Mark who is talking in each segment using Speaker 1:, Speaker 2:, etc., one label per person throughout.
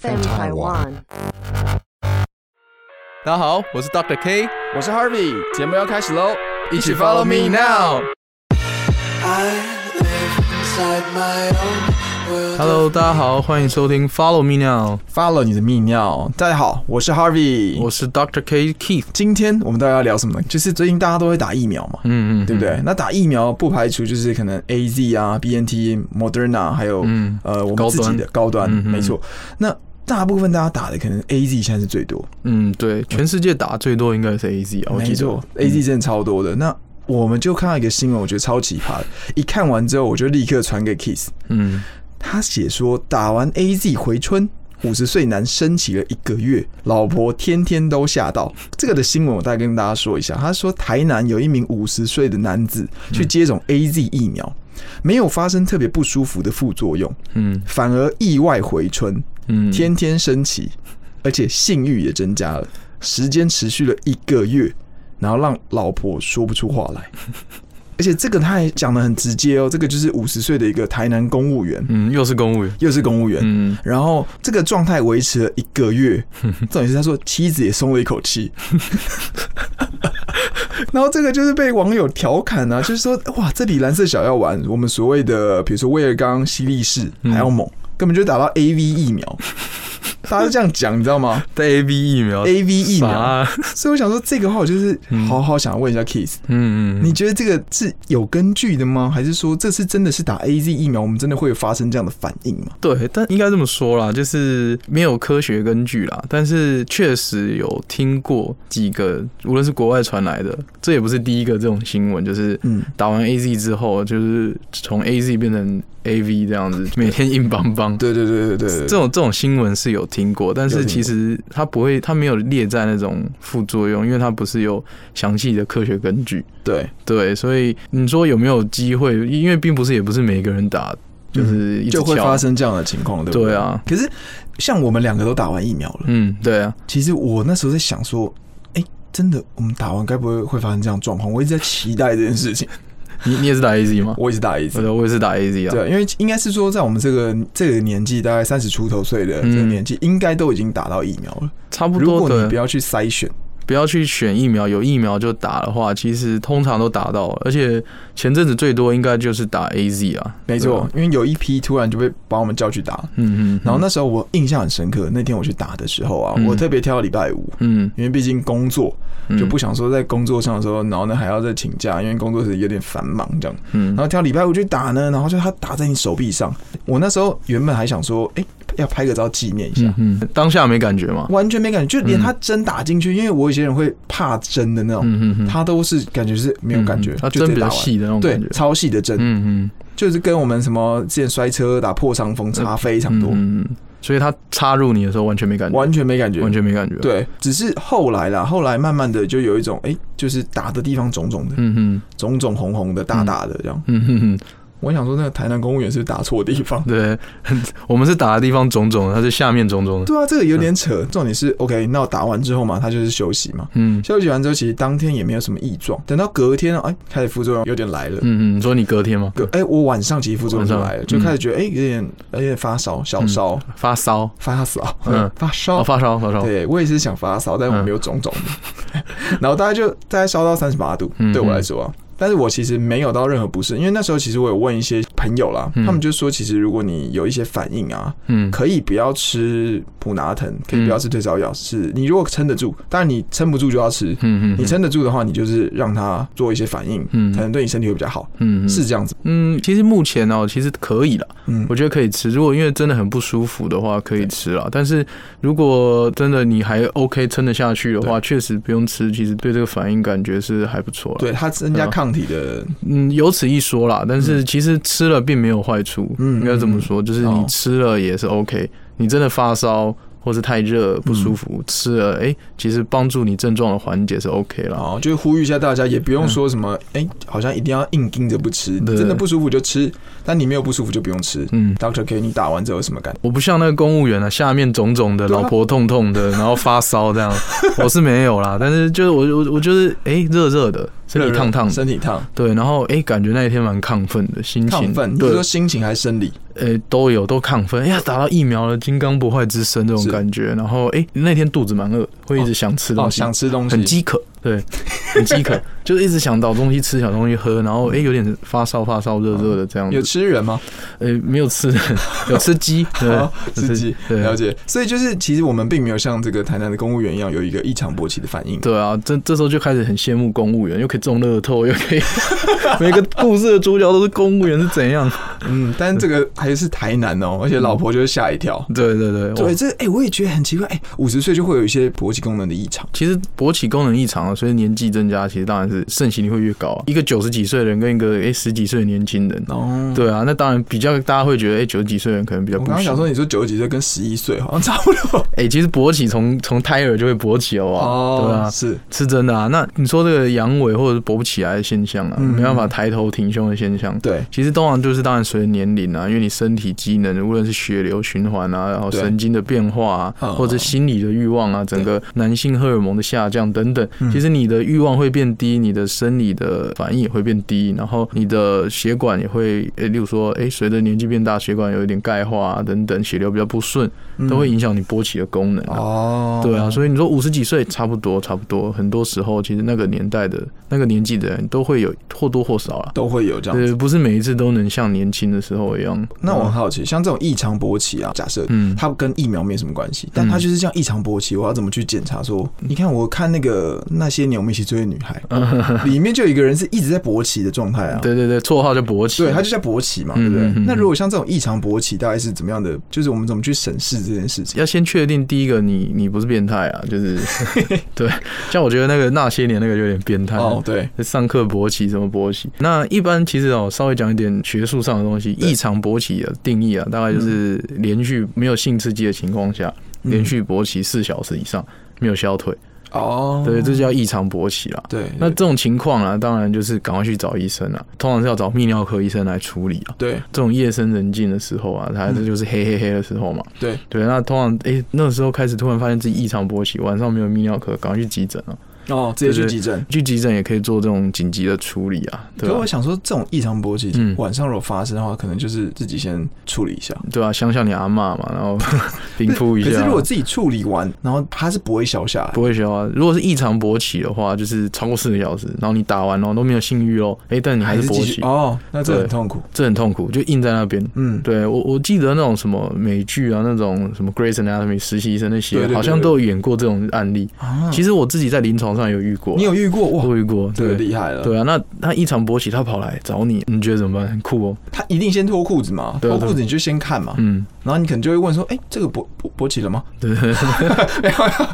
Speaker 1: FM Taiwan。
Speaker 2: 大家好，我是 Dr. K，
Speaker 3: 我是 Harvey，节目要开始喽，
Speaker 2: 一起 follow me now。
Speaker 4: I live inside my own world.
Speaker 2: Hello，大家好，欢迎收听 Follow Me Now，
Speaker 3: follow 你的泌尿。大家好，我是 Harvey，
Speaker 2: 我是 Dr. K Keith。
Speaker 3: 今天我们到底要聊什么呢？就是最近大家都会打疫苗嘛，
Speaker 2: 嗯嗯，
Speaker 3: 对不对？那打疫苗不排除就是可能 A Z 啊、B N T、Moderna，还有、
Speaker 2: 嗯
Speaker 3: 呃我们自己的高端，
Speaker 2: 嗯嗯
Speaker 3: 没错。那大部分大家打的可能 A Z 现在是最多，
Speaker 2: 嗯，对，全世界打最多应该是 AZ 啊，我
Speaker 3: 没
Speaker 2: 记
Speaker 3: 错
Speaker 2: 得。
Speaker 3: ，A Z 真的超多的。那我们就看到一个新闻，我觉得超奇葩的。一看完之后，我就立刻传给 Kiss，
Speaker 2: 嗯，
Speaker 3: 他写说打完 A Z 回春，五十岁男升级了一个月，老婆天天都吓到。这个的新闻我大概跟大家说一下，他说台南有一名五十岁的男子去接种 A Z 疫苗，没有发生特别不舒服的副作用，
Speaker 2: 嗯
Speaker 3: 反而意外回春，
Speaker 2: 嗯，
Speaker 3: 天天升起，而且性欲也增加了，时间持续了一个月，然后让老婆说不出话来。而且这个他还讲的很直接哦，这个就是五十岁的一个台南公务员，
Speaker 2: 嗯，又是公务员。
Speaker 3: 又是公务员，
Speaker 2: 嗯，
Speaker 3: 然后这个状态维持了一 个月，重点是他说妻子也松了一口气。 然后这个就是被网友调侃啊，就是说哇，这比蓝色小药丸，我们所谓的比如说威尔刚、西力士
Speaker 2: 嗯
Speaker 3: 还要猛，根本就打到 A V 疫苗，大家都这样讲，你知道吗
Speaker 2: 带 AV 疫苗
Speaker 3: ？A V 疫苗，
Speaker 2: 啥
Speaker 3: 所以我想说这个话，我就是好好想问一下 Kiss，、
Speaker 2: 嗯嗯嗯，
Speaker 3: 你觉得这个是有根据的吗？还是说这次真的是打 A Z 疫苗，我们真的会发生这样的反应吗？
Speaker 2: 对，但应该这么说啦，就是没有科学根据啦，但是确实有听过几个，无论是国外传来的，这也不是第一个这种新闻，就是
Speaker 3: 嗯
Speaker 2: 打完 A Z 之后，就是从 A Z 变成 A V 这样子，每天硬邦邦。
Speaker 3: 对对对对对对
Speaker 2: 这种这种新闻是有听过，但
Speaker 3: 有
Speaker 2: 是其
Speaker 3: 听过
Speaker 2: 实它不会，它没有列在那种副作用，因为它不是有详细的科学根据。
Speaker 3: 对，
Speaker 2: 对，所以你说有没有机会？因为并不是也不是每个人打，就是一直
Speaker 3: 嗯就会
Speaker 2: 跳
Speaker 3: 发。生这样的情况，对不
Speaker 2: 对啊，
Speaker 3: 可是像我们两个都打完疫苗了，
Speaker 2: 嗯，对啊，
Speaker 3: 其实我那时候在想说，哎、真的，我们打完该不会会发生这样的状况？我一直在期待这件事 情，
Speaker 2: 你你也是打 A Z 吗？
Speaker 3: 我一直打一
Speaker 2: 我
Speaker 3: 次。
Speaker 2: 的我也是打 A Z 啊。
Speaker 3: 对，因为应该是说，在我们这个这个年纪，大概三十出头岁的这个
Speaker 2: 嗯
Speaker 3: 年纪，应该都已经打到疫苗了。
Speaker 2: 差不
Speaker 3: 如
Speaker 2: 多
Speaker 3: 果
Speaker 2: 的。
Speaker 3: 你不要去筛选，
Speaker 2: 不要去选疫苗，有疫苗就打的话，其实通常都打到了，而且前阵子最多应该就是打 A Z 啊，
Speaker 3: 没
Speaker 2: 对
Speaker 3: 错
Speaker 2: 吧，，
Speaker 3: 因为有一批突然就被把我们叫去打。
Speaker 2: 嗯嗯，
Speaker 3: 然后那时候我印象很深刻，那天我去打的时候啊，
Speaker 2: 嗯
Speaker 3: 我特别挑礼拜五，
Speaker 2: 嗯
Speaker 3: 因为毕竟工作，
Speaker 2: 嗯
Speaker 3: 就不想说在工作上的时候，然后呢还要再请假，因为工作时有点繁忙这样。
Speaker 2: 嗯
Speaker 3: 然后挑礼拜五去打呢，然后就他打在你手臂上，我那时候原本还想说，哎、要拍个照纪念一下。
Speaker 2: 嗯嗯，当下没感觉嘛，
Speaker 3: 完全没感觉，就连他针打进去，因为我有些人会怕针的那种，
Speaker 2: 嗯嗯嗯，
Speaker 3: 他都是感觉是没有感觉，
Speaker 2: 嗯它
Speaker 3: 就直
Speaker 2: 针
Speaker 3: 接
Speaker 2: 比
Speaker 3: 打
Speaker 2: 较
Speaker 3: 完
Speaker 2: 细的那种
Speaker 3: 对
Speaker 2: 感觉，，
Speaker 3: 超细的针，
Speaker 2: 嗯嗯，
Speaker 3: 就是跟我们什么之前摔车打破伤风差非常多，
Speaker 2: 嗯，嗯所以它插入你的时候完全没感觉，
Speaker 3: 完全没感觉，
Speaker 2: 完全没感觉，，
Speaker 3: 对，只是后来啦，后来慢慢的就有一种，哎、就是打的地方肿肿的，
Speaker 2: 嗯嗯
Speaker 3: 肿肿红红的，大大的这样。
Speaker 2: 嗯嗯嗯，？
Speaker 3: 我想说，那个台南公务员是不是打错地方
Speaker 2: 对， 我们是打的地方肿肿的，它是下面肿肿的，
Speaker 3: 对啊，这个有点扯。重点是，OK，那我打完之后嘛，他就是休息嘛。
Speaker 2: 嗯
Speaker 3: 休息完之后，其实当天也没有什么异状。等到隔天啊，哎、开始副作用有点来了。
Speaker 2: 嗯嗯，你说你隔天吗？
Speaker 3: 隔哎、我晚上其实副作用就来了，
Speaker 2: 晚上嗯
Speaker 3: 就开始觉得哎、有点有点发烧，小烧、
Speaker 2: 发烧，
Speaker 3: 发烧，
Speaker 2: 嗯
Speaker 3: 嗯，发烧、
Speaker 2: 哦，嗯发烧，发烧，
Speaker 3: 对我也是想发烧，但我没有肿肿的， 然后大概就大概烧到三十八度，
Speaker 2: 嗯
Speaker 3: 对我来说啊。但是我其实没有到任何不适，因为那时候其实我有问一些朋友啦，
Speaker 2: 嗯
Speaker 3: 他们就说，其实如果你有一些反应啊，
Speaker 2: 嗯
Speaker 3: 可以不要吃普拿疼，可以不要吃退烧药，是你如果撑得住，当然你撑不住就要吃，
Speaker 2: 嗯嗯，
Speaker 3: 你撑得住的话，你就是让它做一些反应，
Speaker 2: 嗯
Speaker 3: 可能对你身体会比较好，
Speaker 2: 嗯嗯
Speaker 3: 是这样子。
Speaker 2: 嗯，其实目前哦、其实可以了，
Speaker 3: 嗯
Speaker 2: 我觉得可以吃。如果因为真的很不舒服的话，可以吃了。但是如果真的你还 OK 撑得下去的话，确实不用吃，其实对这个反应感觉是还不错啦。
Speaker 3: 对它增加
Speaker 2: 对啊
Speaker 3: 抗抗体的
Speaker 2: 嗯，有此一说啦，但是其实吃了并没有坏处，
Speaker 3: 嗯
Speaker 2: 应该这么说，就是
Speaker 3: 哦
Speaker 2: 你吃了也是 OK，、你真的发烧或是太热不舒服，
Speaker 3: 嗯
Speaker 2: 吃了哎、诶其实帮助你症状的缓解是 OK 啦。
Speaker 3: 哦，就是呼吁一下大家，也不用说什么，哎、好像一定要硬盯着不吃，你
Speaker 2: 嗯对
Speaker 3: 真的不舒服就吃，但你没有不舒服就不用吃。
Speaker 2: 嗯
Speaker 3: Doctor K，你打完之后有什么感觉？
Speaker 2: 我不像那个公务员啊，下面肿肿的，
Speaker 3: 对啊
Speaker 2: 老婆痛痛 的，然后发烧这样，我是没有啦。但是就是我我我就是哎热热的，身体烫烫的，
Speaker 3: 身体烫，
Speaker 2: 对，然后哎、感觉那一天蛮亢奋的，心情
Speaker 3: 亢奋。你是
Speaker 2: 对
Speaker 3: 说，心情还是生理？
Speaker 2: 呃、都有都亢奋，哎、呀，打到疫苗了，金刚不坏之身这种
Speaker 3: 是
Speaker 2: 感觉。然后哎、那天肚子蛮饿，会一直想吃
Speaker 3: 哦，
Speaker 2: 东西，
Speaker 3: 想吃东西，
Speaker 2: 很饥渴，对，很饥 渴，就是一直想找东西吃，找东西喝，然后哎、有点发烧发烧热热的这样
Speaker 3: 嗯有
Speaker 2: 子。
Speaker 3: 吃人吗？
Speaker 2: 呃、没有吃， 有吃鸡，对
Speaker 3: 好，
Speaker 2: 有
Speaker 3: 自己
Speaker 2: 对
Speaker 3: 哦了解。所以就是，其实我们并没有像这个台南的公务员一样有一个异常勃起的反应。
Speaker 2: 对啊，这这时候就开始很羡慕公务员，又可以中乐透，又 可以每个故事的主角都是公务员是怎样？
Speaker 3: 嗯，但这个还是台南
Speaker 2: 嗯
Speaker 3: 哦，而且老婆就是吓一跳。
Speaker 2: 对对对，我
Speaker 3: 对，这哎、我也觉得很奇怪，哎、5五十岁就会有一些勃起功能的异常。
Speaker 2: 其实勃起功能异常啊，所以年纪增加，其实当然是盛行率会越高、啊。一个九十几岁的人跟一个诶十几岁的年轻人，
Speaker 3: 哦，
Speaker 2: 对啊，那当然比较大家会觉得诶九十几岁的人可能比较
Speaker 3: 我
Speaker 2: 不
Speaker 3: 刚刚
Speaker 2: 行
Speaker 3: 想。说，你说九十几岁跟十一岁好像差不多。
Speaker 2: 诶，其实勃起从从胎儿就会勃起，好不好？ 对啊。
Speaker 3: 是
Speaker 2: 是真的啊，那你说这个阳痿或者是勃不起来的现象啊，
Speaker 3: 嗯
Speaker 2: 没办法抬头挺胸的现象，
Speaker 3: 对，
Speaker 2: 其实通常就是当然随着年龄啊，因为你身体机能，无论是血流循环啊，然后
Speaker 3: 对
Speaker 2: 神经的变化啊，
Speaker 3: 嗯
Speaker 2: 或者心理的欲望啊，整个男性荷尔蒙的下降等等
Speaker 3: 嗯，
Speaker 2: 其实你的欲望会变低，你的生理的反应也会变低，然后你的血管也会，诶，例如说，诶，随着年纪变大，血管有一点钙化啊，等等，血流比较不顺，都会影响你勃起的功能啊。
Speaker 3: 嗯哦，
Speaker 2: 对啊，所以你说五十几岁差不多，差不多，很多时候其实那个年代的那个年纪的人都会有或多或少啊啦，
Speaker 3: 都会有这样子。
Speaker 2: 对，不是每一次都能像年轻的时候一样。
Speaker 3: 那我很好奇，像这种异常勃起啊，假设
Speaker 2: 嗯
Speaker 3: 它跟疫苗没什么关系，但它就是这样异常勃起，我要怎么去检查？说，
Speaker 2: 嗯
Speaker 3: 你看，我看那个那些年我们一起追的女孩， 里面就有一个人是一直在勃起的状态啊。
Speaker 2: 嗯对对对，绰号叫勃起。
Speaker 3: 对，他就叫勃起嘛，对
Speaker 2: 嗯
Speaker 3: 不对
Speaker 2: 嗯？嗯
Speaker 3: 那如果像这种异常勃起，大概是怎么样的？就是我们怎么去审视这件事情？
Speaker 2: 要先确定第一个你，你不是变态啊，就是 对。像我觉得那个那些年那个有点变态
Speaker 3: 哦，，对，
Speaker 2: 上课勃起什么勃起。那一般其实哦，稍微讲一点学术上的东西，异常勃起的定义啊，大概就是连续没有性刺激的情况下，
Speaker 3: 嗯
Speaker 2: 连续勃起四小时以上没有消退，
Speaker 3: 哦，
Speaker 2: 对，这叫异常勃起啦。
Speaker 3: 对，
Speaker 2: 那
Speaker 3: 那
Speaker 2: 这种情况啊，当然就是赶快去找医生啊，通常是要找泌尿科医生来处理啊。
Speaker 3: 对
Speaker 2: 这种夜深人静的时候啊，它
Speaker 3: 嗯
Speaker 2: 这就是黑黑黑的时候嘛。
Speaker 3: 对，
Speaker 2: 对，那通常诶、那时候开始突然发现自己异常勃起，晚上没有泌尿科，赶快去急诊啊。
Speaker 3: 哦，直接去
Speaker 2: 对对
Speaker 3: 急诊。
Speaker 2: 去急诊也可以做这种紧急的处理啊，对
Speaker 3: 可
Speaker 2: 吧、
Speaker 3: 我想说，这种异常勃起
Speaker 2: 嗯
Speaker 3: 晚上如果发生的话，可能就是自己先处理一下。
Speaker 2: 对啊，想想你阿嬷嘛， 然后平复一
Speaker 3: 可是
Speaker 2: 下
Speaker 3: 如。果自己处理完，然后它是不会消下来。
Speaker 2: 不会消啊！如果是异常勃起的话，就是超过四个小时，然后你打完然后都没有性欲哦，诶、但你还是勃
Speaker 3: 继续
Speaker 2: 起，
Speaker 3: 哦，那这
Speaker 2: 对
Speaker 3: 很痛苦。
Speaker 2: 这很痛苦，就硬在那边。
Speaker 3: 嗯，
Speaker 2: 对我我记得那种什么美剧啊，那种什么《Grey's Anatomy》实习医生那
Speaker 3: 对
Speaker 2: 些
Speaker 3: 对，对
Speaker 2: 好像都有演过这种案例。
Speaker 3: 啊
Speaker 2: 其实我自己在临床上有遇过，
Speaker 3: 你有遇过哇？
Speaker 2: 我遇过，
Speaker 3: 这个
Speaker 2: 对
Speaker 3: 厉害了。，
Speaker 2: 对啊。那他异常勃起，他跑来找你，你觉得怎么办？很酷哦，
Speaker 3: 他一定先脱裤子嘛，
Speaker 2: 对
Speaker 3: 脱
Speaker 2: 对
Speaker 3: 裤子你就先看嘛，
Speaker 2: 嗯，
Speaker 3: 然后你可能就会问说，哎，这个勃勃勃起了吗？
Speaker 2: 对，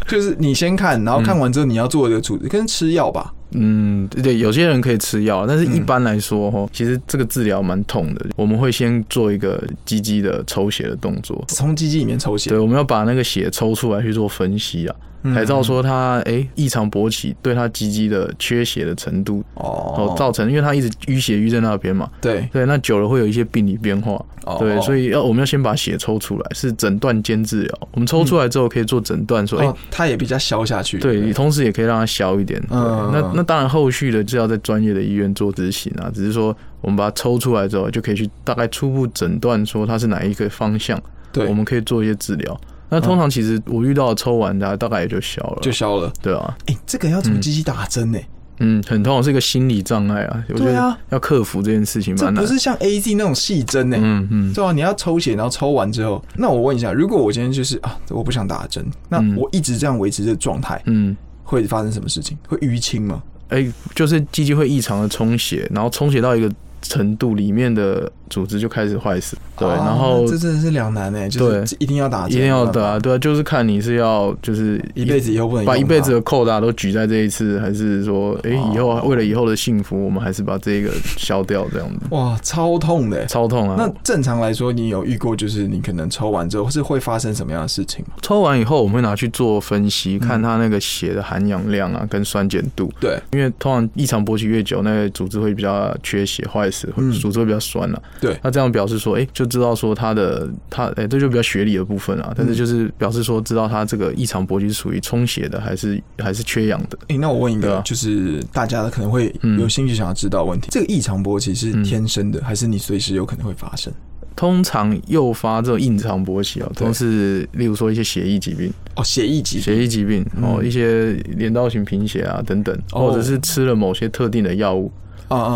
Speaker 3: 就是你先看，然后看完之后你要做的处置，跟吃药吧。
Speaker 2: 嗯，对，有些人可以吃药，但是
Speaker 3: 嗯
Speaker 2: 一般来说哦，其实这个治疗蛮痛的。我们会先做一个鸡鸡的抽血的动作，
Speaker 3: 从鸡鸡里面抽血
Speaker 2: 对，，我们要把那个血抽出来去做分析啊，
Speaker 3: 嗯
Speaker 2: 才知道说他诶异常勃起对他鸡鸡的缺血的程度哦
Speaker 3: 哦，，
Speaker 2: 造成，因为它一直淤血淤在那边嘛，
Speaker 3: 对，
Speaker 2: 对，那久了会有一些病理变化，
Speaker 3: 哦
Speaker 2: 对，所
Speaker 3: 以
Speaker 2: 以要我们要先把血抽出来，是诊断兼治疗。我们抽出来之后可以做诊断，说，哎、
Speaker 3: 哦，它也比较消下去。
Speaker 2: 对，同时也可以让它消一点。对
Speaker 3: 嗯
Speaker 2: 那那当然后续的就要在专业的医院做执行啊，只是说我们把它抽出来之后，就可以去大概初步诊断说它是哪一个方向，
Speaker 3: 对，
Speaker 2: 我们可以做一些治疗。那通
Speaker 3: 嗯
Speaker 2: 常其实我遇到的抽完它大概也就消了，
Speaker 3: 就消了。
Speaker 2: 对啊，
Speaker 3: 哎，这个要从鸡鸡打针呢？
Speaker 2: 嗯，很痛，是一个心理障碍啊，我觉
Speaker 3: 对啊
Speaker 2: 得要克服这件事情
Speaker 3: 这
Speaker 2: 蛮难
Speaker 3: 不。是像 A Z 那种细针呢？
Speaker 2: 嗯嗯，
Speaker 3: 对啊，你要抽血，然后抽完之后，那我问一下，如果我今天就是啊，我不想打针，那
Speaker 2: 嗯
Speaker 3: 我一直这样维持这个状态，
Speaker 2: 嗯，
Speaker 3: 会发生什么事情？会淤青吗？
Speaker 2: 哎、就是鸡鸡会异常的充血，然后充血到一个程度，里面的组织就开始坏死。对，
Speaker 3: 啊
Speaker 2: 然后
Speaker 3: 这真的是两难哎，就是一定要打，
Speaker 2: 一定要的，啊，对啊，就是看你是要就是
Speaker 3: 一辈子以后不能
Speaker 2: 把
Speaker 3: 用
Speaker 2: 一辈子
Speaker 3: 它哦
Speaker 2: 的扣打都举在这一次，还是说，哎、以后为了以后的幸福，我们还是把这个消掉，这样子
Speaker 3: 哇，超痛的欸。
Speaker 2: 超痛啊！
Speaker 3: 那正常来说，你有遇过就是你可能抽完之后是会发生什么样的事情吗？
Speaker 2: 抽完以后，我们会拿去做分析，
Speaker 3: 嗯
Speaker 2: 看它那个血的含氧量啊，跟酸碱度。
Speaker 3: 对
Speaker 2: 因为通常异常勃起越久，那个组织会比较缺血坏死，
Speaker 3: 嗯
Speaker 2: 组织会比较酸了、
Speaker 3: 对
Speaker 2: 那这样表示说，哎、就知道说它的它，哎、这就比较学理的部
Speaker 3: 嗯
Speaker 2: 分啊。但是就是表示说，知道它这个异常勃起是属于充血的，还是还是缺氧的。
Speaker 3: 诶、那我问一
Speaker 2: 对
Speaker 3: 个
Speaker 2: 啊，
Speaker 3: 就是大家可能会
Speaker 2: 嗯
Speaker 3: 有兴趣想要知道的问题：这个异常勃起是
Speaker 2: 嗯
Speaker 3: 天生的，还是你随时有可能会发生？
Speaker 2: 通常诱发这种异常勃起啊，
Speaker 3: 对
Speaker 2: 都是例如说一些血液疾病、
Speaker 3: 哦，血液疾病
Speaker 2: 血液疾病
Speaker 3: 嗯
Speaker 2: 哦，一些镰刀型贫血啊等等，
Speaker 3: 哦
Speaker 2: 或者是吃了某些特定的药物，
Speaker 3: 啊啊啊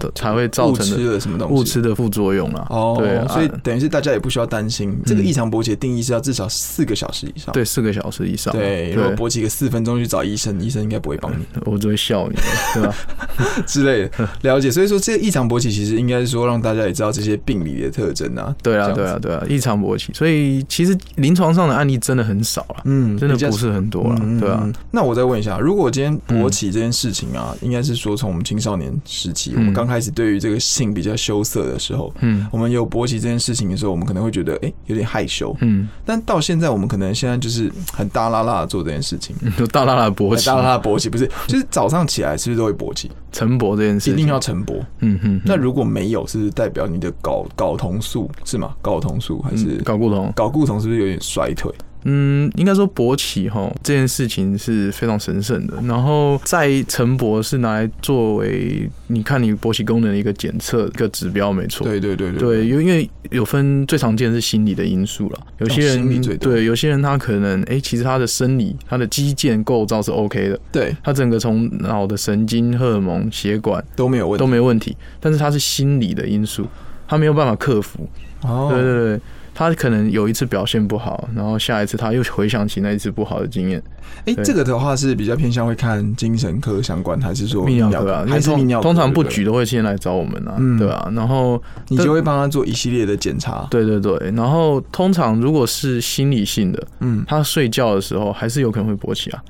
Speaker 2: 呃，
Speaker 3: 啊，
Speaker 2: 才会造
Speaker 3: 误
Speaker 2: 成
Speaker 3: 吃
Speaker 2: 的
Speaker 3: 了什么东西？
Speaker 2: 误吃的副作用啦。
Speaker 3: 哦，
Speaker 2: 对啊，嗯
Speaker 3: 所以等于是大家也不需要担心，这个异常勃起的定义是要至少四个小时以上。
Speaker 2: 对四个小时以上，啊
Speaker 3: 对，如果勃起个四分钟去找医生，医生应该不会帮 你
Speaker 2: 我只会笑你，对吧？
Speaker 3: 之类的。了解，所以说这个异常勃起其实应该是说让大家也知道这些病理的特征啊。
Speaker 2: 对啊，
Speaker 3: 这样子
Speaker 2: 对啊，对啊，异常勃起，所以其实临床上的案例真的很少啦，
Speaker 3: 嗯，
Speaker 2: 真的
Speaker 3: 比较
Speaker 2: 不是很多啦，
Speaker 3: 嗯
Speaker 2: 对啊
Speaker 3: 嗯，那我再问一下，如果今天勃起这件事情啊，应该是说从我们青少年时期，我们
Speaker 2: 嗯
Speaker 3: 刚开始对于这个性比较羞涩的时候，
Speaker 2: 嗯
Speaker 3: 我们有勃起这件事情的时候，我们可能会觉得哎、诶有点害羞，
Speaker 2: 嗯，
Speaker 3: 但到现在我们可能现在就是很大拉拉的做这件事情。
Speaker 2: 嗯就大大的勃起
Speaker 3: 大，拉拉勃起不是，就是早上起来是不是都会勃起？
Speaker 2: 晨勃这件事
Speaker 3: 一
Speaker 2: 情
Speaker 3: 定要，晨勃。
Speaker 2: 嗯嗯，
Speaker 3: 那如果没有，是不是代表你的睾睾酮素是吗？
Speaker 2: 嗯
Speaker 3: 睾酮素还是
Speaker 2: 搞不懂，
Speaker 3: 睾固酮是不是有点衰退？
Speaker 2: 嗯，应该说勃起哈这件事情是非常神圣的，然后在晨勃是拿来作为你看你勃起功能的一个检测一个指标，没错。
Speaker 3: 对对对对
Speaker 2: 对，因为因为有分最常见的是心理的因素了，有些
Speaker 3: 哦心理
Speaker 2: 人、
Speaker 3: 最多
Speaker 2: 对有些人他可能哎、诶其实他的生理他的肌腱构造是 OK 的，
Speaker 3: 对
Speaker 2: 他整个从脑的神经、荷尔蒙、血管
Speaker 3: 都没有问
Speaker 2: 都
Speaker 3: 题。
Speaker 2: 没问题，但是他是心理的因素，他没有办法克服，
Speaker 3: 哦
Speaker 2: 对对对。他可能有一次表现不好，然后下一次他又回想起那一次不好的经验，
Speaker 3: 哎、
Speaker 2: 对
Speaker 3: 这个的话是比较偏向会看精神科相关，还是说
Speaker 2: 泌尿
Speaker 3: 科
Speaker 2: 科啊，因为
Speaker 3: 还是哦泌
Speaker 2: 通
Speaker 3: 尿科
Speaker 2: 通常不
Speaker 3: 对对
Speaker 2: 举都会先来找我们啊，
Speaker 3: 嗯
Speaker 2: 对啊，然后
Speaker 3: 你就会帮他做一系列的检查。
Speaker 2: 对对对，然后通常如果是心理性的，
Speaker 3: 嗯，
Speaker 2: 他睡觉的时候还是有可能会勃起啊，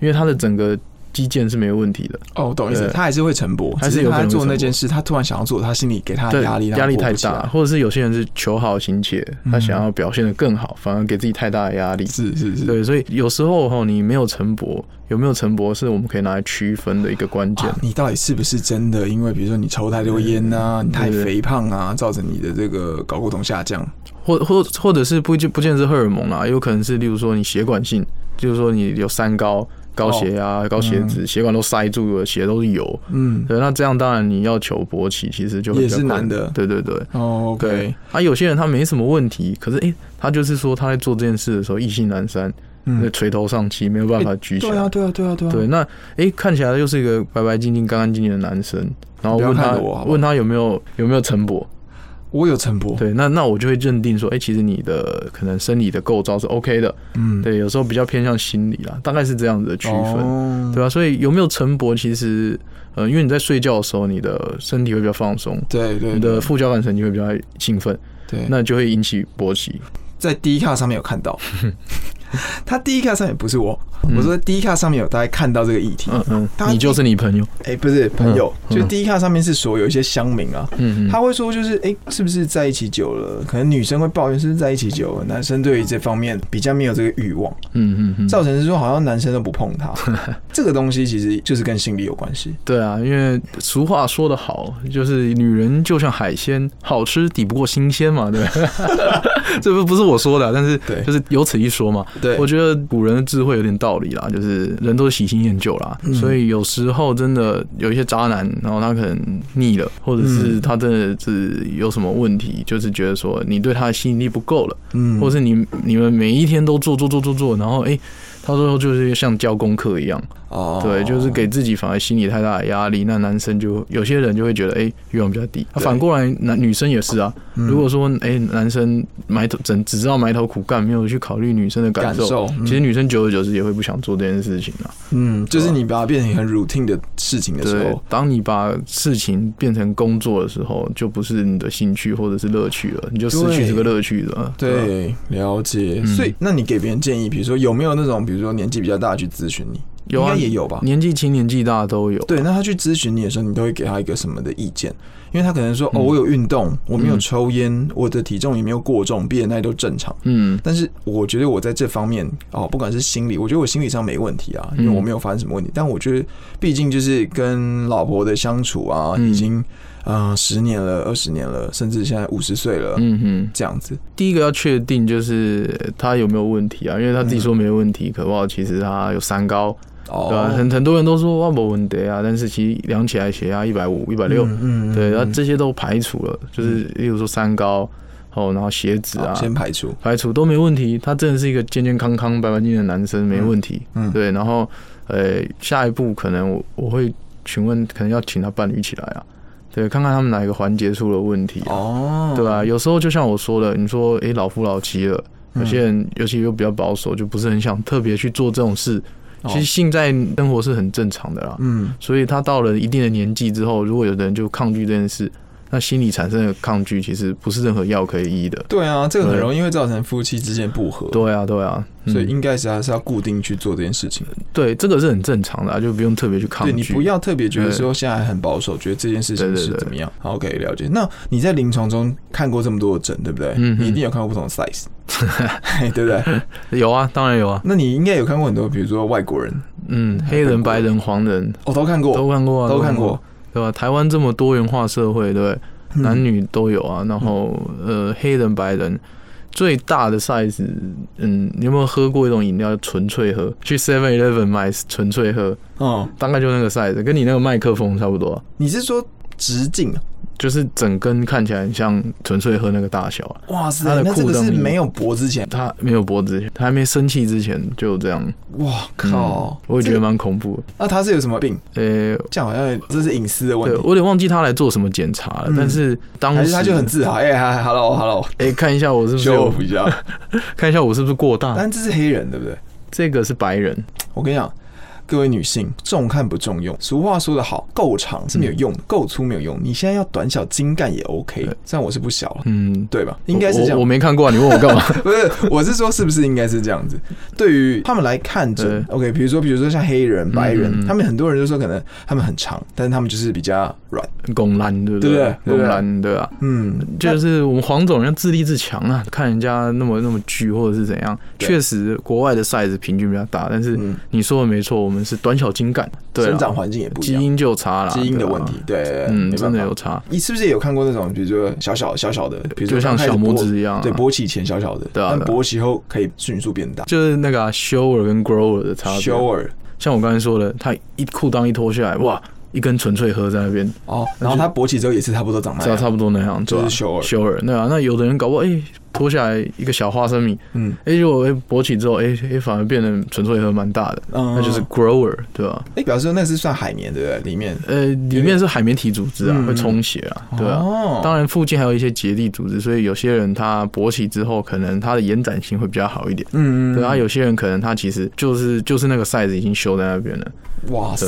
Speaker 2: 因为他的整个肌腱是没有问题的，
Speaker 3: 哦，我懂意思，
Speaker 2: 对
Speaker 3: 他还是会晨勃，
Speaker 2: 还是
Speaker 3: 只
Speaker 2: 有可
Speaker 3: 他
Speaker 2: 能会
Speaker 3: 做那
Speaker 2: 晨勃
Speaker 3: 件事，他突然想要做，他心里给他的
Speaker 2: 对，
Speaker 3: 啊压力让
Speaker 2: 压力
Speaker 3: 他勃
Speaker 2: 太
Speaker 3: 不起来嗯
Speaker 2: 大，或者是有些人是求好心切，他想要表现的更好，反而给自己太大的压力。
Speaker 3: 是是是，
Speaker 2: 对，所以有时候哈，你没有晨勃，有没有晨勃是我们可以拿来区分的一个关键
Speaker 3: 啊。你到底是不是真的？因为比如说你抽太多烟啊，你太
Speaker 2: 对对
Speaker 3: 肥胖啊，造成你的这个睾固酮下降。
Speaker 2: 或或或者是不见不见得是荷尔蒙啦，有可能是例如说你血管性，就是说你有三高、高血压、
Speaker 3: 哦
Speaker 2: 高血脂，血管都塞住了，血都是油。
Speaker 3: 嗯，
Speaker 2: 对，那这样当然你要求勃起，其实就会
Speaker 3: 也
Speaker 2: 比较
Speaker 3: 是
Speaker 2: 困
Speaker 3: 难的
Speaker 2: 对对对
Speaker 3: 哦，OK，
Speaker 2: 对，啊，有些人他没什么问题，可是诶、他就是说他在做这件事的时候意兴阑珊，
Speaker 3: 嗯
Speaker 2: 那垂头丧气，没有办法举起
Speaker 3: 对
Speaker 2: 来。
Speaker 3: 啊，对啊，对啊，对啊，
Speaker 2: 对，那诶、看起来又是一个白白净净、干干净净的男生，然后
Speaker 3: 不要
Speaker 2: 问
Speaker 3: 看
Speaker 2: 他
Speaker 3: 着我好不好
Speaker 2: 问他有没有有没有晨勃，
Speaker 3: 我有晨勃，
Speaker 2: 对，那那我就会认定说，哎、其实你的可能生理的构造是 OK 的，
Speaker 3: 嗯，
Speaker 2: 对，有时候比较偏向心理啦，大概是这样子的区分，
Speaker 3: 哦
Speaker 2: 对吧、啊所以有没有晨勃，其实呃，因为你在睡觉的时候，你的身体会比较放松，
Speaker 3: 对对
Speaker 2: 你
Speaker 3: 对
Speaker 2: 的副交感神经会比较兴奋，
Speaker 3: 对，
Speaker 2: 那就会引起勃起。
Speaker 3: 在 D 卡上面有看 到，他 D 卡上面不是我，我说 D 卡上面有大家看到这个议题，
Speaker 2: 嗯嗯
Speaker 3: 大，家
Speaker 2: 你就是你朋友，
Speaker 3: 哎、不是朋友，
Speaker 2: 嗯
Speaker 3: 就 D 卡上面是说有一些乡民啊，
Speaker 2: 嗯
Speaker 3: 他
Speaker 2: 嗯，
Speaker 3: 会说就是哎、是不是在一起久了，可能女生会抱怨是不是在一起久了，男生对于这方面比较没有这个欲望，
Speaker 2: 嗯嗯嗯，
Speaker 3: 造成是说好像男生都不 碰他，这个东西其实就是跟心理有关系。
Speaker 2: 对啊，因为俗话说得好，就是女人就像海鲜，好吃抵不过新鲜嘛， 对吧？这不不是我说的啊、但是
Speaker 3: 对
Speaker 2: 就是有此一说嘛。
Speaker 3: 对
Speaker 2: 我觉得古人的智慧有点道理啦，就是人都是喜新厌旧啦，
Speaker 3: 嗯
Speaker 2: 所以有时候真的有一些渣男，然后他可能腻了，或者是他真的是有什么问题，就是觉得说你对他的吸引力不够了，
Speaker 3: 嗯
Speaker 2: 或是你你们每一天都做做做做做，然后哎、到最后就是像交功课一样，
Speaker 3: 哦，
Speaker 2: 对，就是给自己反而心理太大的压力，那男生就有些人就会觉得，哎、愿望比较低。那、
Speaker 3: 对嗯
Speaker 2: 反过来，男女生也是啊。如果说，哎、男生埋头只只知道埋头苦干，没有去考虑女生的感受，
Speaker 3: 感受嗯
Speaker 2: 其实女生久而久之也会不想做这件事情啊。
Speaker 3: 嗯，就是你把它变成很 routine 的事情的时
Speaker 2: 对
Speaker 3: 候，，
Speaker 2: 当你把事情变成工作的时候，就不是你的兴趣或者是乐趣了，你就失去
Speaker 3: 对
Speaker 2: 这个乐趣了。啊
Speaker 3: 对，了解。
Speaker 2: 嗯
Speaker 3: 所以，那你给别人建议，比如说有没有那种，比如说年纪比较大的去咨询你，
Speaker 2: 有啊
Speaker 3: 应该也有吧？
Speaker 2: 年纪轻、年纪大都有。
Speaker 3: 对，那他去咨询你的时候，你都会给他一个什么的意见？因为他可能
Speaker 2: 嗯
Speaker 3: 说，哦，我有运动，我没有抽烟，我的体重也没有过重，BMI 都正常。
Speaker 2: 嗯，
Speaker 3: 但是我觉得我在这方面哦，不管是心理，我觉得我心理上没问题啊，因为
Speaker 2: 嗯
Speaker 3: 我没有发生什么问题。但我觉得，毕竟就是跟老婆的相处啊，
Speaker 2: 嗯
Speaker 3: 已经啊十年了、二十年了，甚至现在五十岁了，
Speaker 2: 嗯哼。
Speaker 3: 这样子。
Speaker 2: 第一个要确定就是呃他有没有问题啊，因为他自己说没问题，可不好，其实他有三高，对吧、
Speaker 3: 哦，
Speaker 2: 很很多人都说哇没问题啊，但是其实量起来血压一百五、一百六，
Speaker 3: 嗯
Speaker 2: 对，然后
Speaker 3: 嗯
Speaker 2: 这些都排除了，就是例如说三高，哦，然后血脂
Speaker 3: 好
Speaker 2: 啊，
Speaker 3: 先排除。
Speaker 2: 排除都没问题，他真的是一个健健康康、白白净净的男生，没问题。
Speaker 3: 嗯
Speaker 2: 对，然后呃，下一步可能我我会询问，可能要请他伴侣一起来啊，对，看看他们哪一个环节出了问题啊。
Speaker 3: 哦，
Speaker 2: 对啊，有时候就像我说的，你说诶、老夫老妻了，
Speaker 3: 嗯
Speaker 2: 有些人尤其又比较保守，就不是很想特别去做这种事。
Speaker 3: 哦
Speaker 2: 其实性在生活是很正常的啦，
Speaker 3: 嗯，
Speaker 2: 所以他到了一定的年纪之后，如果有的人就抗拒这件事，那心理产生的抗拒其实不是任何药可以医的。
Speaker 3: 对啊，这个很
Speaker 2: 对
Speaker 3: 容易会造成夫妻之间不和，
Speaker 2: 对啊，对啊，嗯
Speaker 3: 所以应该是还是要固定去做这件事情。
Speaker 2: 对这个是很正常的、啊，就不用特别去抗
Speaker 3: 对
Speaker 2: 拒。
Speaker 3: 你不要特别觉得说现在很保守，觉得这件事情
Speaker 2: 对对
Speaker 3: 是
Speaker 2: 对
Speaker 3: 怎么样。好 OK，了解。那你在临床中看过这么多的诊，对不对？
Speaker 2: 嗯哼
Speaker 3: 你一定有看过不同的 size，嘿对不对？
Speaker 2: 有啊，当然有啊，
Speaker 3: 那你应该有看过很多，比如说外国人，
Speaker 2: 嗯，黑人、白人、黄人
Speaker 3: 我、都看过，
Speaker 2: 都看过啊，
Speaker 3: 哎都看过，
Speaker 2: 对吧、台湾这么多元化社会，对不对？
Speaker 3: 嗯
Speaker 2: 男女都有啊。然后呃，黑人白人最大的 size，嗯，你有没有喝过一种饮料叫纯粹喝？去 Seven Eleven 买纯粹喝，
Speaker 3: 哦、
Speaker 2: 大概就那个 size，跟你那个麦克风差不多啊、
Speaker 3: 你是说直径啊？
Speaker 2: 就是整根看起来很像纯粹喝那个大小啊。
Speaker 3: 哇塞
Speaker 2: 他，的
Speaker 3: 那这个
Speaker 2: 裤裆
Speaker 3: 是
Speaker 2: 里
Speaker 3: 没有脖子前，
Speaker 2: 他没有脖子，他还没生气之前就这样。嗯
Speaker 3: 哇靠！
Speaker 2: 我也觉得蛮恐怖的。
Speaker 3: 那他是有什么病？
Speaker 2: 呃、
Speaker 3: 这样好像这是隐私的问
Speaker 2: 对
Speaker 3: 题，
Speaker 2: 我有点忘记他来做什么检查了，
Speaker 3: 嗯
Speaker 2: 但是当时
Speaker 3: 还是他就很自豪？哎、哈，hello hello，
Speaker 2: 哎、看一下我是啊不是
Speaker 3: 修
Speaker 2: 有
Speaker 3: 复一下。
Speaker 2: 看一下我是不是过大？
Speaker 3: 但这是黑人，对不对？
Speaker 2: 这个是白人，
Speaker 3: 我跟你讲，各位女性，重看不重用。俗话说得好，够长是没有用的，够、粗没有用。你现在要短小精干也 OK，虽然我是不小了。
Speaker 2: 嗯，
Speaker 3: 对吧？应该是
Speaker 2: 我
Speaker 3: 这
Speaker 2: 我
Speaker 3: 样
Speaker 2: 我，没看过、啊，你问我干嘛？
Speaker 3: 不是，我是说，是不是应该是这样子？对于他们来看诊，OK，比如说，比如说像黑人、白人，
Speaker 2: 嗯嗯
Speaker 3: 他们很多人就说可能他们很长，但是他们就是比较软，
Speaker 2: 拱蓝对不
Speaker 3: 对
Speaker 2: 对
Speaker 3: 不？对
Speaker 2: 拱蓝对啊，
Speaker 3: 嗯，
Speaker 2: 就是我们黄总人家自立自强啊，看人家那么那么巨或者是怎样，
Speaker 3: 对
Speaker 2: 确实国外的 size 平均比较大，但是
Speaker 3: 嗯
Speaker 2: 你说的没错，我们是短小精干，对啊
Speaker 3: 生长环境也不一
Speaker 2: 基
Speaker 3: 样，
Speaker 2: 因就差了，
Speaker 3: 基因
Speaker 2: 对
Speaker 3: 的
Speaker 2: 啊
Speaker 3: 问题，，对对，对
Speaker 2: 嗯，
Speaker 3: 没
Speaker 2: 真的
Speaker 3: 办法
Speaker 2: 有差，
Speaker 3: 你是不是也有看过那种，比如说小小小小的，比如说
Speaker 2: 就像
Speaker 3: 刚开始
Speaker 2: 小拇
Speaker 3: 勃
Speaker 2: 指一样啊
Speaker 3: 对，勃起前小小的，
Speaker 2: 对啊
Speaker 3: 但
Speaker 2: 对啊
Speaker 3: 勃起后可以迅速变大。
Speaker 2: 就是那个、啊、shower 跟 grower 的差别
Speaker 3: s，h 尔
Speaker 2: 像我刚才说的，他一裤裆一脱下来，哇，一根纯粹喝在那边，
Speaker 3: 哦，然后他勃起之后也是差不多长那
Speaker 2: 差
Speaker 3: 样，
Speaker 2: 差不多那样，
Speaker 3: 哎就是
Speaker 2: 对啊
Speaker 3: 修耳
Speaker 2: 修耳，对啊，那有的人搞不好，哎、脱下来一个小花生米，
Speaker 3: 嗯
Speaker 2: 哎、结果哎勃起之后，哎、哎、反而变得纯粹和蛮大的，
Speaker 3: 嗯
Speaker 2: 那就是 grower，对吧、
Speaker 3: 哎，表示说那是算海绵对不对？里面
Speaker 2: 呃，里面是海绵体组织啊
Speaker 3: 嗯，
Speaker 2: 会充血啊，对啊。
Speaker 3: 哦
Speaker 2: 当然，附近还有一些结缔组织，所以有些人他勃起之后，可能他的延展性会比较好一点。
Speaker 3: 嗯
Speaker 2: 对啊，有些人可能他其实就是就是那个 size 已经修在那边了。
Speaker 3: 哇塞。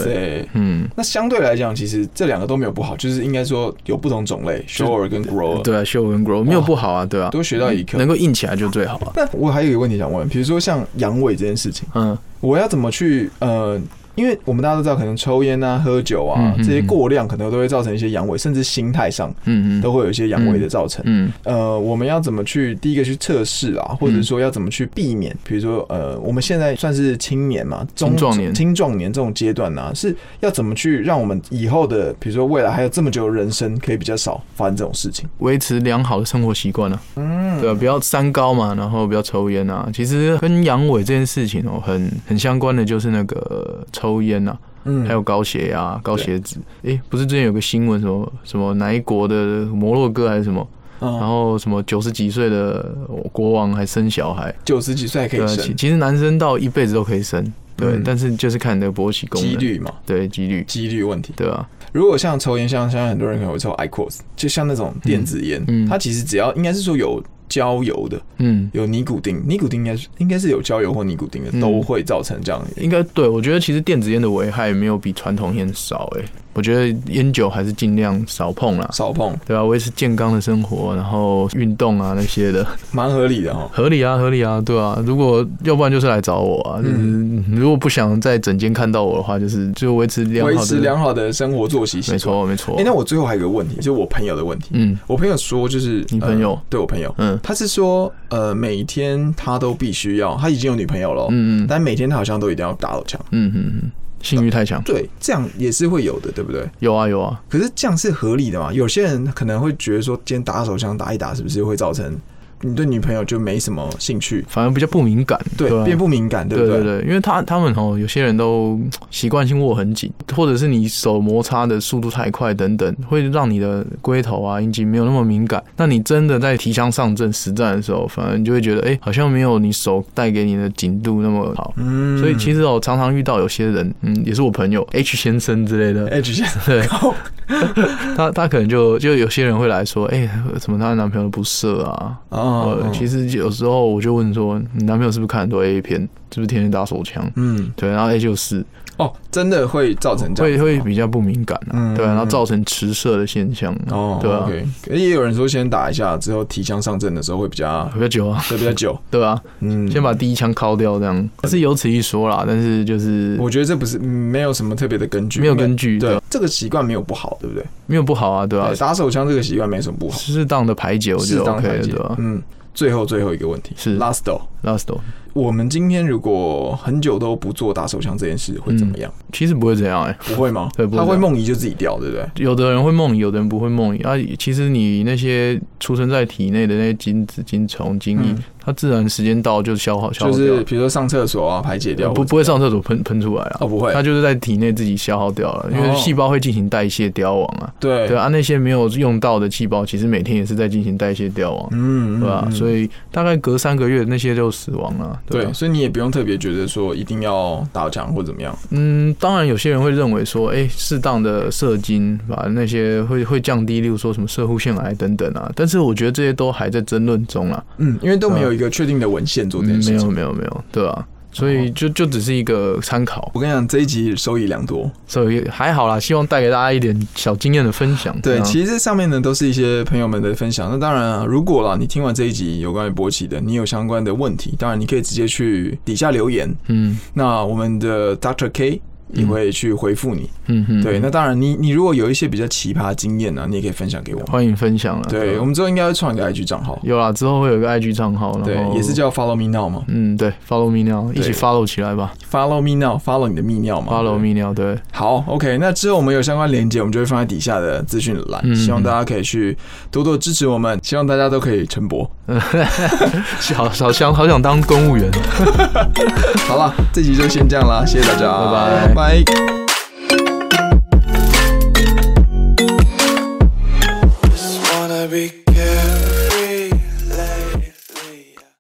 Speaker 2: 嗯，
Speaker 3: 那相对来讲，其实这两个都没有不好，就是应该说有不同种类 s h 尔跟 grow，
Speaker 2: 对啊，修跟 grow 没有不好啊，对啊，
Speaker 3: 哦都学到一课
Speaker 2: 能。够硬起来就最好啊。
Speaker 3: 那我还有一个问题想问，比如说像阳痿这件事情，
Speaker 2: 嗯，
Speaker 3: 我要怎么去呃？因为我们大家都知道，可能抽烟啊、喝酒啊
Speaker 2: 嗯嗯
Speaker 3: 这些过量，可能都会造成一些阳痿，甚至心态上
Speaker 2: 嗯嗯
Speaker 3: 都会有一些阳痿的造成。
Speaker 2: 嗯
Speaker 3: 呃，我们要怎么去第一个去测试啊，或者
Speaker 2: 嗯
Speaker 3: 说要怎么去避免？比如说呃，我们现在算是青年嘛，中
Speaker 2: 青壮年
Speaker 3: 青壮年这种阶段呢、啊，是要怎么去让我们以后的，比如说未来还有这么久的人生，可以比较少发生这种事情？
Speaker 2: 维持良好的生活习惯啊，嗯，对啊，不要三高嘛，然后不要抽烟啊。其实跟阳痿这件事情哦，很很相关的就是那个抽烟啊，
Speaker 3: 嗯
Speaker 2: 还有高血压、高血脂。诶，不是之前有个新闻什么什么哪一国的摩洛哥还是什么，
Speaker 3: 嗯哦
Speaker 2: 然后什么九十几岁的国王还生小孩，
Speaker 3: 九十几岁还可
Speaker 2: 对啊，
Speaker 3: 以
Speaker 2: 其
Speaker 3: 生，
Speaker 2: 其实男生到一辈子都可以生，对，
Speaker 3: 嗯
Speaker 2: 但是就是看你的勃起功能
Speaker 3: 几，率嘛，
Speaker 2: 对几率，
Speaker 3: 几率问题。
Speaker 2: 对啊，
Speaker 3: 如果像抽烟，像像很多人可能会抽 IQOS，就像那种电子烟，
Speaker 2: 嗯嗯
Speaker 3: 它其实只要应该是说有焦油的，
Speaker 2: 嗯，
Speaker 3: 有尼古丁，尼古丁应该是应该是有焦油或尼古丁的，
Speaker 2: 嗯
Speaker 3: 都会造成这样的。
Speaker 2: 应该对我觉得其实电子烟的危害没有比传统烟少诶、欸我觉得烟酒还是尽量少碰啦。
Speaker 3: 少碰，
Speaker 2: 对啊，维持健康的生活，然后运动啊那些的，
Speaker 3: 蛮合理的哈。
Speaker 2: 合理啊，合理啊，对啊。如果要不然就是来找我啊，就是、
Speaker 3: 嗯
Speaker 2: 如果不想在整间看到我的话，就是就维持良好
Speaker 3: 维
Speaker 2: 的，
Speaker 3: 持良好的生活作息习惯
Speaker 2: 没。错没错。
Speaker 3: 哎、那我最后还有一个问题，就是我朋友的问题。
Speaker 2: 嗯
Speaker 3: 我朋友说，就是
Speaker 2: 你朋友
Speaker 3: 呃对我朋友，
Speaker 2: 嗯
Speaker 3: 他是说，呃，每天他都必须要，他已经有女朋友了，哦
Speaker 2: 嗯嗯
Speaker 3: 但每天他好像都一定要打手枪。
Speaker 2: 嗯嗯嗯，性欲太强，
Speaker 3: 对，这样也是会有的，对不对？
Speaker 2: 有啊有啊，
Speaker 3: 可是这样是合理的嘛？有些人可能会觉得说，今天打手枪打一打，是不是会造成你对女朋友就没什么兴趣？
Speaker 2: 反而比较不敏感，
Speaker 3: 对，
Speaker 2: 啊
Speaker 3: 变不敏感，对不
Speaker 2: 对对对，因为他他们哦，有些人都嗯习惯性握很紧，或者是你手摩擦的速度太快等等，会让你的龟头啊、阴茎没有那么敏感。那你真的在提枪上阵实战的时候，反而你就会觉得，哎、好像没有你手带给你的紧度那么好。
Speaker 3: 嗯
Speaker 2: 所以其实哦，常常遇到有些人，嗯，也是我朋友 H 先生之类的，
Speaker 3: H 先生，
Speaker 2: 对，他他可能就就有些人会来说，哎、怎么她的男朋友不射啊？
Speaker 3: 哦
Speaker 2: 呃，，其
Speaker 3: 实，
Speaker 2: 实有时候我就问说，你男朋友是不是看很多 A 片？是不是天天打手枪？
Speaker 3: 嗯，
Speaker 2: 对，然后 A 就是
Speaker 3: 哦，真的会造成这
Speaker 2: 会
Speaker 3: 样子吗，
Speaker 2: 会比较不敏感啊，
Speaker 3: 嗯
Speaker 2: 对啊，然后造成迟射的现象啊，
Speaker 3: 哦，
Speaker 2: 对啊，
Speaker 3: OK，可是也有人说，先打一下之后提枪上阵的时候会比 较
Speaker 2: 比较久啊，
Speaker 3: 会比较久，
Speaker 2: 对啊，
Speaker 3: 嗯，
Speaker 2: 先把第一枪敲掉这样，是有此一说啦，但是就是
Speaker 3: 我觉得这不是嗯没有什么特别的根据，
Speaker 2: 没有根
Speaker 3: 据。
Speaker 2: 据，对
Speaker 3: 对
Speaker 2: 啊，，
Speaker 3: 这个习惯没有不好，对不对？
Speaker 2: 没有不好啊，对啊
Speaker 3: 对，，打手枪这个习惯没什么不好，
Speaker 2: 适当的排解我觉
Speaker 3: 适
Speaker 2: 得
Speaker 3: 当
Speaker 2: OK
Speaker 3: 排
Speaker 2: 的，
Speaker 3: 解
Speaker 2: 对吧。
Speaker 3: 嗯，最后最后一个问题
Speaker 2: 是
Speaker 3: last o
Speaker 2: ？Last 哦 o
Speaker 3: 我们今天如果很久都不做打手枪这件事，会怎么样？
Speaker 2: 其实不会怎样哎，
Speaker 3: 不会吗？
Speaker 2: 对嗯 不会
Speaker 3: 他
Speaker 2: 这
Speaker 3: 会
Speaker 2: 样
Speaker 3: 梦遗就自己掉，对不对？
Speaker 2: 有的人会梦遗，有的人不会梦遗啊。其实你那些出生在体内的那些精子、精虫、精液
Speaker 3: 嗯，
Speaker 2: 它自然时间到就消耗消耗
Speaker 3: 就
Speaker 2: 掉
Speaker 3: 是
Speaker 2: 了，
Speaker 3: 比如说上厕所啊，排解掉，
Speaker 2: 不不会上厕所喷喷出来啊
Speaker 3: 哦，。不会
Speaker 2: 它，就是在体内自己消耗掉了，因
Speaker 3: 哦
Speaker 2: 为细胞会进行代谢凋亡啊。
Speaker 3: 对
Speaker 2: 对，啊，那些没有用到的细胞，其实每天也是在进行代谢凋亡，
Speaker 3: 嗯，
Speaker 2: 对吧？所
Speaker 3: 以
Speaker 2: 以啊大概隔三个月那些就死亡了。吧
Speaker 3: 对，所嗯以你也不用特别觉得说一定要打枪或怎么样，
Speaker 2: 嗯，当然有些人会认为说，哎、适当的射精把那些会会降低，例如说什么射护腺癌等等啊。但是我觉得这些都还在争论中啊，嗯
Speaker 3: 嗯，因为都没有一个确定的文献做这件
Speaker 2: 没
Speaker 3: 事
Speaker 2: 有
Speaker 3: 情。
Speaker 2: 没有没有，对啊？所
Speaker 3: 哦
Speaker 2: 以就就只是一个参考，
Speaker 3: 我跟你讲，这一集收益良多。
Speaker 2: 所以还好啦，希望带给大家一点小经验的分享。
Speaker 3: 对，
Speaker 2: 啊
Speaker 3: 其实这上面呢都是一些朋友们的分享。那当然啊，如果啦，你听完这一集有关于勃起的，你有相关的问题，当然你可以直接去底下留言，
Speaker 2: 嗯
Speaker 3: 那我们的 Doctor K 也会去回复你。
Speaker 2: 嗯嗯，
Speaker 3: 对，那当然你，你如果有一些比较奇葩的经验啊呢、你也可以分享给我们。
Speaker 2: 欢迎分享了。
Speaker 3: 对，我们之后应该会创一个 IG 账号，
Speaker 2: 有啦，之后会有一个 IG 账号，
Speaker 3: 对
Speaker 2: 然后，
Speaker 3: 也是叫 Follow Me Now 嘛
Speaker 2: 嗯，对，Follow me now，一
Speaker 3: 对哦
Speaker 2: 起 follow 起来吧
Speaker 3: ，Follow Me Now，Follow 你的泌尿嘛
Speaker 2: ，follow me now，对，
Speaker 3: 好，OK，那之后我们有相关连接，我们就会放在底下的资讯栏，
Speaker 2: 嗯
Speaker 3: 希望大家可以去多多支持我们，希望大家都可以晨勃。
Speaker 2: 好好想好想当公务员。
Speaker 3: 好了，这集就先这样啦，谢谢大家，
Speaker 2: 拜拜
Speaker 3: 拜拜。